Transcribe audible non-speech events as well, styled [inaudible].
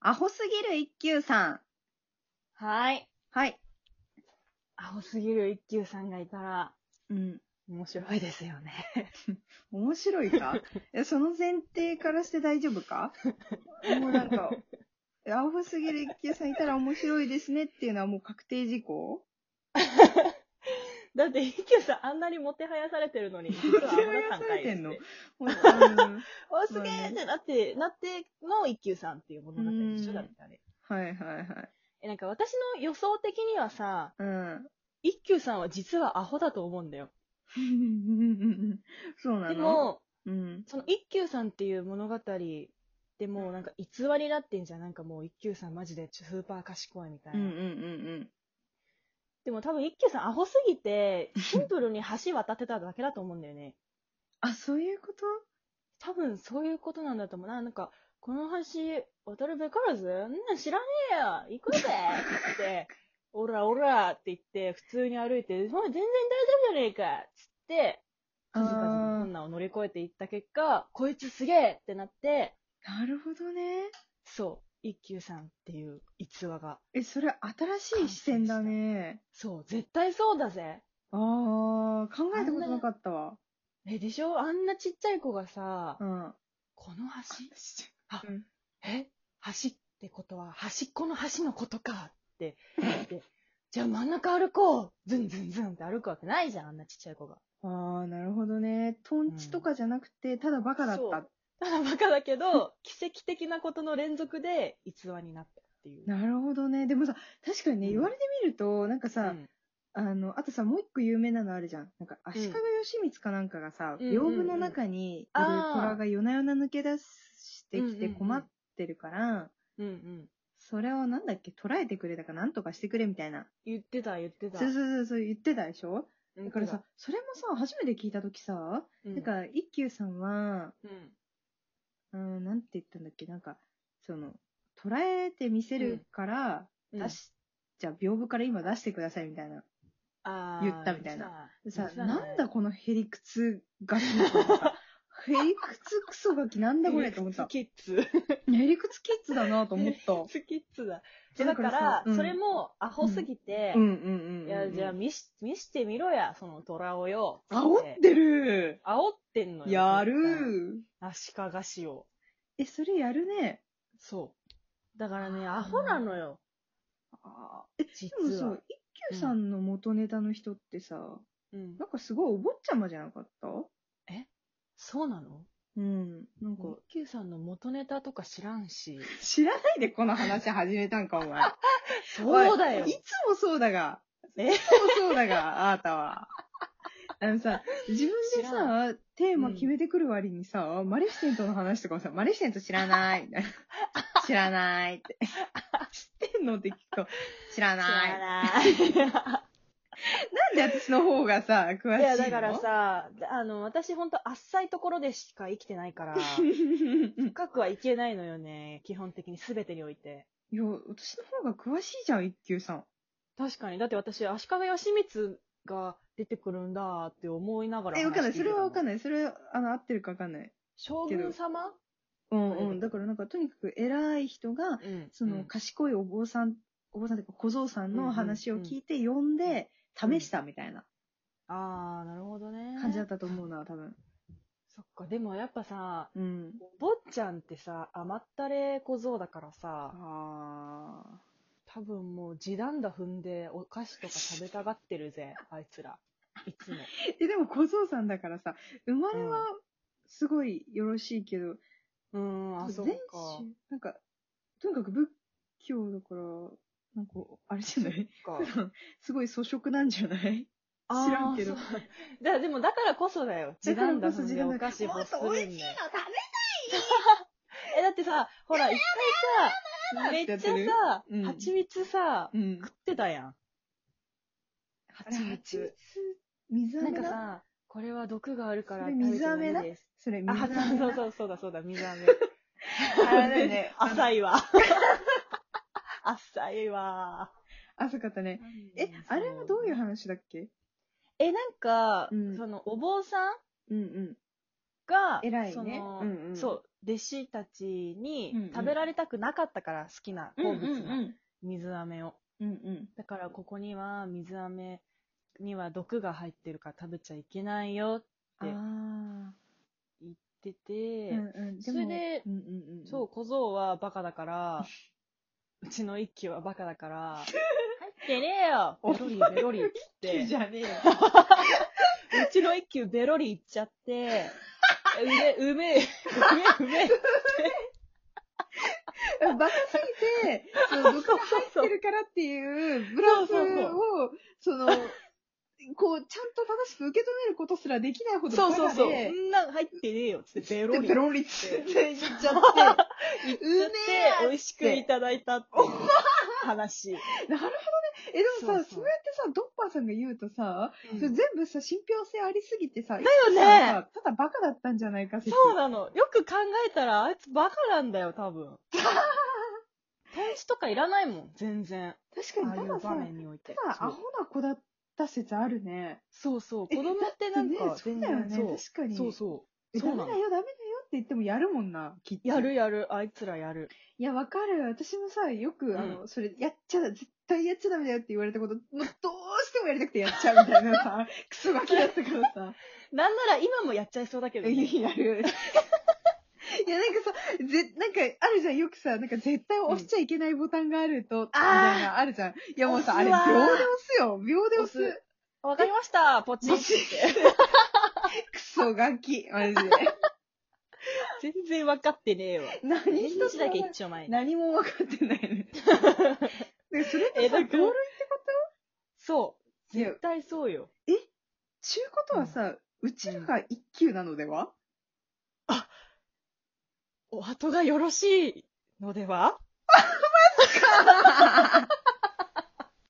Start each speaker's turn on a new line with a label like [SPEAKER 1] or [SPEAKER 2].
[SPEAKER 1] アホすぎる一休さん。
[SPEAKER 2] はい。
[SPEAKER 1] はい。
[SPEAKER 2] アホすぎる一休さんがいたら、
[SPEAKER 1] うん。
[SPEAKER 2] 面白いですよね。
[SPEAKER 1] 面白いかいやその前提からして大丈夫かもうなんか、アホすぎる一休さんいたら面白いですねっていうのはもう確定事項
[SPEAKER 2] [laughs] だって一休さんあんなにもてはやされてるの [laughs] に、実はアホだったんか
[SPEAKER 1] もてはや
[SPEAKER 2] いっ
[SPEAKER 1] されてんの
[SPEAKER 2] て。
[SPEAKER 1] もううん
[SPEAKER 2] おすげーってなって、なっての一休さんっていう物語でし
[SPEAKER 1] う
[SPEAKER 2] ょ
[SPEAKER 1] ん
[SPEAKER 2] だってあれ。
[SPEAKER 1] はいはいはい。
[SPEAKER 2] え、なんか私の予想的にはさ、
[SPEAKER 1] うん。
[SPEAKER 2] 一休さんは実はアホだと思うんだよ。
[SPEAKER 1] そうなの
[SPEAKER 2] で、も、
[SPEAKER 1] うん。
[SPEAKER 2] その一休さんっていう物語でもうなんか偽りになってんじゃん。なんかもう一休さんマジでスーパー賢いみたい
[SPEAKER 1] うんう
[SPEAKER 2] な。
[SPEAKER 1] んうん
[SPEAKER 2] でも多分一休さんアホすぎて、シンプルに橋渡ってただけだと思うんだよね。
[SPEAKER 1] あ、そういうこと
[SPEAKER 2] 多分そういうことなんだと思うな。なんか、この橋渡るべからずんなん知らねえよ行こうぜって、 [laughs] オラオラって言って、普通に歩いて、おい全然大丈夫じゃねえかつって、数々の
[SPEAKER 1] あ
[SPEAKER 2] 困難を乗り越えていった結果、こいつすげえってなって、
[SPEAKER 1] あ、なるほどね。
[SPEAKER 2] そう、一休さんっていう逸話が。
[SPEAKER 1] え、それ新しい視点だね。
[SPEAKER 2] そう、絶対そうだぜ。
[SPEAKER 1] ああ、考えたことなかったわ。
[SPEAKER 2] え、でしょあんなちっちゃい子がさ、
[SPEAKER 1] うん。
[SPEAKER 2] この橋あ
[SPEAKER 1] うん
[SPEAKER 2] え橋ってことは、端っこの橋のことか [laughs] って言って、じゃあ真ん中歩こうズンズンズンって歩くわけないじゃん、あんなちっちゃい子が。
[SPEAKER 1] ああ、なるほどね。トンチとかじゃなくて、ただバカだっ
[SPEAKER 2] そ
[SPEAKER 1] た
[SPEAKER 2] う。ただバカだけど、 [laughs] 奇跡的なことの連続で逸話になったっていう。
[SPEAKER 1] なるほどね。でもさ、確かにね、
[SPEAKER 2] うん
[SPEAKER 1] 言われてみると、なんか
[SPEAKER 2] う
[SPEAKER 1] さ、
[SPEAKER 2] ん
[SPEAKER 1] あの、あとさ、もう一個有名なのあるじゃん。なんか、足利義満かなんかがさ、
[SPEAKER 2] うんうん
[SPEAKER 1] 屏風の中にいる
[SPEAKER 2] うんあー
[SPEAKER 1] 虎が夜な夜な抜け出して
[SPEAKER 2] う
[SPEAKER 1] き
[SPEAKER 2] んうんう
[SPEAKER 1] て
[SPEAKER 2] ん
[SPEAKER 1] 困ってるから、
[SPEAKER 2] うんうん。
[SPEAKER 1] それをなんだっけ、捉えてくれだからなんとかしてくれみたいな。
[SPEAKER 2] 言ってた、言ってた。
[SPEAKER 1] そうそうそうそう、言ってたでしょ
[SPEAKER 2] うん
[SPEAKER 1] だからさ、、それもさ、初めて聞いたときさ、
[SPEAKER 2] 言
[SPEAKER 1] な
[SPEAKER 2] って
[SPEAKER 1] ん
[SPEAKER 2] た
[SPEAKER 1] か、一休さんは、
[SPEAKER 2] うんうん
[SPEAKER 1] うん、なんて言ったんだっけ、なんか、その、捉えてみせるから、
[SPEAKER 2] うん
[SPEAKER 1] 出し、じゃあ屏風から今出してくださいみたいな。
[SPEAKER 2] あー
[SPEAKER 1] 言ったみたいな。
[SPEAKER 2] 言って
[SPEAKER 1] さ
[SPEAKER 2] た、言ってたね
[SPEAKER 1] なんだこのへりくつガキみたいなさへ [laughs] りくつクソガキなんだこれと [laughs] 思った。
[SPEAKER 2] キッズ。
[SPEAKER 1] へりくつキッズだなと思った。
[SPEAKER 2] [laughs] キッズキッズだ。
[SPEAKER 1] え
[SPEAKER 2] だから、
[SPEAKER 1] さうん
[SPEAKER 2] それもアホすぎて、
[SPEAKER 1] うんうんうん。
[SPEAKER 2] いや、じゃあ見し、見してみろや、その虎をよ。
[SPEAKER 1] 煽ってる
[SPEAKER 2] 煽ってんのよ。
[SPEAKER 1] やる
[SPEAKER 2] 足利氏を。
[SPEAKER 1] え、それやるね。
[SPEAKER 2] そう。だからね、
[SPEAKER 1] あー
[SPEAKER 2] アホなのよ、
[SPEAKER 1] あーえ、
[SPEAKER 2] 実
[SPEAKER 1] でもさ
[SPEAKER 2] は。、
[SPEAKER 1] 一休さんの元ネタの人ってさ、
[SPEAKER 2] うん
[SPEAKER 1] なんかすごいお坊ちゃまじゃなかった
[SPEAKER 2] そうなの
[SPEAKER 1] うん。なんか、
[SPEAKER 2] 一休さんの元ネタとか知らんし。
[SPEAKER 1] 知らないでこの話始めたんか、お前。
[SPEAKER 2] [laughs] そうだよ
[SPEAKER 1] おいい。つもそうだが。い
[SPEAKER 2] え
[SPEAKER 1] つもそうだが、あーた
[SPEAKER 2] [laughs]
[SPEAKER 1] は。あのさ、自分で
[SPEAKER 2] 知ら
[SPEAKER 1] さ、テーマ決めてくる割にさ、マレフィセントの話とかもさ、マレフィセント知ら
[SPEAKER 2] [laughs]
[SPEAKER 1] ない。知らないって。知ってんのって聞くと、知ら
[SPEAKER 2] 知
[SPEAKER 1] ない。な
[SPEAKER 2] らない。
[SPEAKER 1] んで私の方がさ、詳しいの
[SPEAKER 2] いや、だか
[SPEAKER 1] [laughs]
[SPEAKER 2] ら。さ、あの、私ほんと浅いところでしか生きてないから、
[SPEAKER 1] い
[SPEAKER 2] 深くはいけないのよね、基本的に全てにおいて。
[SPEAKER 1] や、私の方が詳しいじゃん、一休さん。
[SPEAKER 2] 確かに。だって私、足利義満が出てくるんだって思いながら。
[SPEAKER 1] え、わかんない。それはわかん
[SPEAKER 2] ない。
[SPEAKER 1] ない。それは、あの、合ってるかわかんない。
[SPEAKER 2] 将軍様
[SPEAKER 1] うんうん。だからなんか、とにかく偉い人が、
[SPEAKER 2] うん
[SPEAKER 1] その、
[SPEAKER 2] うん
[SPEAKER 1] 賢いお坊さん、お坊さんというか小僧さん
[SPEAKER 2] うんうんう
[SPEAKER 1] の
[SPEAKER 2] ん
[SPEAKER 1] 話を聞いて読んで、試したみたいな
[SPEAKER 2] あー、なるほどね。
[SPEAKER 1] 感じだったと思うな、多分。
[SPEAKER 2] そっか、でもやっぱさ、
[SPEAKER 1] うん。
[SPEAKER 2] お坊ちゃんってさ、甘ったれ小僧だからさ、
[SPEAKER 1] ああ。
[SPEAKER 2] 多分もう時短だ踏んでお菓子とか食べたがって
[SPEAKER 1] [laughs]
[SPEAKER 2] るぜ、あいつら。いつも。
[SPEAKER 1] え、でも小僧さんだからさ、生まれは
[SPEAKER 2] う
[SPEAKER 1] すごいよろしいけど、
[SPEAKER 2] うーん、あ、そ
[SPEAKER 1] 全
[SPEAKER 2] う
[SPEAKER 1] 種
[SPEAKER 2] か。
[SPEAKER 1] なんか、とにかく仏教だから、なんか、あれじゃない
[SPEAKER 2] か
[SPEAKER 1] 普段 [laughs] すごい粗食なんじゃない知らんけど
[SPEAKER 2] あーそうだでもだからこそだよ。時短だ踏んでお菓子
[SPEAKER 1] も
[SPEAKER 2] 欲
[SPEAKER 1] っ
[SPEAKER 2] す
[SPEAKER 1] と
[SPEAKER 2] るんだ
[SPEAKER 1] 美
[SPEAKER 2] よ
[SPEAKER 1] 味しいの食べ。
[SPEAKER 2] え、だってさ、ほら、一回さ、めっちゃ
[SPEAKER 1] やってる
[SPEAKER 2] さ
[SPEAKER 1] うん、
[SPEAKER 2] 蜂蜜さ、
[SPEAKER 1] うん
[SPEAKER 2] 食ってたやん。
[SPEAKER 1] あれ
[SPEAKER 2] 蜂
[SPEAKER 1] 蜂
[SPEAKER 2] 蜜
[SPEAKER 1] 蜜。水
[SPEAKER 2] なん
[SPEAKER 1] 飴
[SPEAKER 2] か
[SPEAKER 1] だ
[SPEAKER 2] さ、これは毒があるから
[SPEAKER 1] それ
[SPEAKER 2] 食べ
[SPEAKER 1] 水
[SPEAKER 2] ちゃダ
[SPEAKER 1] 飴
[SPEAKER 2] メ
[SPEAKER 1] だ
[SPEAKER 2] です。
[SPEAKER 1] それ水
[SPEAKER 2] あ、
[SPEAKER 1] 飴だ。
[SPEAKER 2] そうそうそうだそうだ、水飴。
[SPEAKER 1] [laughs] あれだよ
[SPEAKER 2] [laughs]
[SPEAKER 1] ね
[SPEAKER 2] 浅いわ。
[SPEAKER 1] [laughs]
[SPEAKER 2] 浅いわ。
[SPEAKER 1] あ、そうかったね。え、あれはどういう話だっけ
[SPEAKER 2] え、なんか、
[SPEAKER 1] うん
[SPEAKER 2] その、お坊さん
[SPEAKER 1] うんうん。
[SPEAKER 2] が、
[SPEAKER 1] 偉い
[SPEAKER 2] そ
[SPEAKER 1] ね
[SPEAKER 2] の、
[SPEAKER 1] うんうん
[SPEAKER 2] そう、弟子たちに
[SPEAKER 1] うんうん
[SPEAKER 2] 食べられたくなかったから好きな好物の
[SPEAKER 1] ん。
[SPEAKER 2] 水飴を。
[SPEAKER 1] うんうん。
[SPEAKER 2] だからここには水飴には毒が入ってるから食べちゃいけないよって
[SPEAKER 1] ああ。
[SPEAKER 2] 言ってて、
[SPEAKER 1] うんうん
[SPEAKER 2] それで
[SPEAKER 1] うんうんうん、
[SPEAKER 2] そう、小僧はバカだから、うちの一騎はバカだから、入ってねえよベロリベロリっつって、
[SPEAKER 1] じ
[SPEAKER 2] う
[SPEAKER 1] ゃねえよ。
[SPEAKER 2] ちの一騎ベロリいっちゃって、 [laughs] うめ、うめえ、うめえ、うめえ、
[SPEAKER 1] バカすぎ
[SPEAKER 2] [laughs]
[SPEAKER 1] て、その毒が入ってるからっていう、ブラスを、
[SPEAKER 2] そうそう
[SPEAKER 1] その、こう、ちゃんと正しく受け止めることすらできないほど
[SPEAKER 2] そう
[SPEAKER 1] バ
[SPEAKER 2] そう
[SPEAKER 1] カ
[SPEAKER 2] そう、
[SPEAKER 1] で
[SPEAKER 2] そ、んなん入ってねえよっつってベロ
[SPEAKER 1] で
[SPEAKER 2] リ
[SPEAKER 1] ペ
[SPEAKER 2] 言っ
[SPEAKER 1] ロリって言っちゃって、
[SPEAKER 2] ちゃって
[SPEAKER 1] うめえ
[SPEAKER 2] 美味しくいただいたっていう [laughs] 話。
[SPEAKER 1] なるほどね。え、でもさ、
[SPEAKER 2] そう
[SPEAKER 1] そ
[SPEAKER 2] そう
[SPEAKER 1] うやってさ、ドッパーさんが言うとさ、それ全部さ、信憑性ありすぎてさ、だ
[SPEAKER 2] よね
[SPEAKER 1] ただバカだったんじゃないか説
[SPEAKER 2] そうなの。よく考えたら、あいつバカなんだよ、多
[SPEAKER 1] [laughs]
[SPEAKER 2] 分。トンチとかいらないもん、全然。
[SPEAKER 1] 確か
[SPEAKER 2] あ
[SPEAKER 1] に、
[SPEAKER 2] あいう
[SPEAKER 1] たださ
[SPEAKER 2] 場、面において。
[SPEAKER 1] ただアホな子だった説あるね。
[SPEAKER 2] そうそうそう。子供ってなん
[SPEAKER 1] ね
[SPEAKER 2] か、
[SPEAKER 1] そう
[SPEAKER 2] 全
[SPEAKER 1] だよ
[SPEAKER 2] 然
[SPEAKER 1] ね。
[SPEAKER 2] そう。
[SPEAKER 1] 確かに。
[SPEAKER 2] そうそ
[SPEAKER 1] え
[SPEAKER 2] う。
[SPEAKER 1] ダ
[SPEAKER 2] そ
[SPEAKER 1] メだ
[SPEAKER 2] うな
[SPEAKER 1] よ、
[SPEAKER 2] の
[SPEAKER 1] ダ。メだよって言ってもやるもんな、きっと。
[SPEAKER 2] やるやる、あいつらやる。
[SPEAKER 1] いや、わかる。私もさ、よく、あの、それ、やっちゃ、絶対やっちゃダメだよって言われたこと、もうどうしてもやりたくてやっちゃうみたいな
[SPEAKER 2] [laughs]
[SPEAKER 1] さ、クソガキだったからさ。
[SPEAKER 2] なんなら今もやっちゃいそうだけどね、
[SPEAKER 1] いや、やる。いや、なんかさ、ぜ、なんか、あるじゃん、よくさ、なんか絶対押しちゃいけないボタンがあると、みたいな、あるじゃん。いや、もうさ、あ
[SPEAKER 2] 押
[SPEAKER 1] れ、
[SPEAKER 2] す
[SPEAKER 1] 秒
[SPEAKER 2] わ
[SPEAKER 1] で押すよ。秒で押す。
[SPEAKER 2] 押わかりました、ポチッって。
[SPEAKER 1] クソガキ、マジで。
[SPEAKER 2] 全然分かってねえわ。
[SPEAKER 1] 何
[SPEAKER 2] 何
[SPEAKER 1] 一
[SPEAKER 2] 日
[SPEAKER 1] つ
[SPEAKER 2] だけ
[SPEAKER 1] わか
[SPEAKER 2] 一丁前に。
[SPEAKER 1] 何も分かってないね。でそれって
[SPEAKER 2] え
[SPEAKER 1] さ、
[SPEAKER 2] だ
[SPEAKER 1] 同類
[SPEAKER 2] から [laughs] そう。
[SPEAKER 1] いや
[SPEAKER 2] 絶対そうよ。
[SPEAKER 1] ちゅうことはさ、うちらが一級なのでは
[SPEAKER 2] お後がよろしいのでは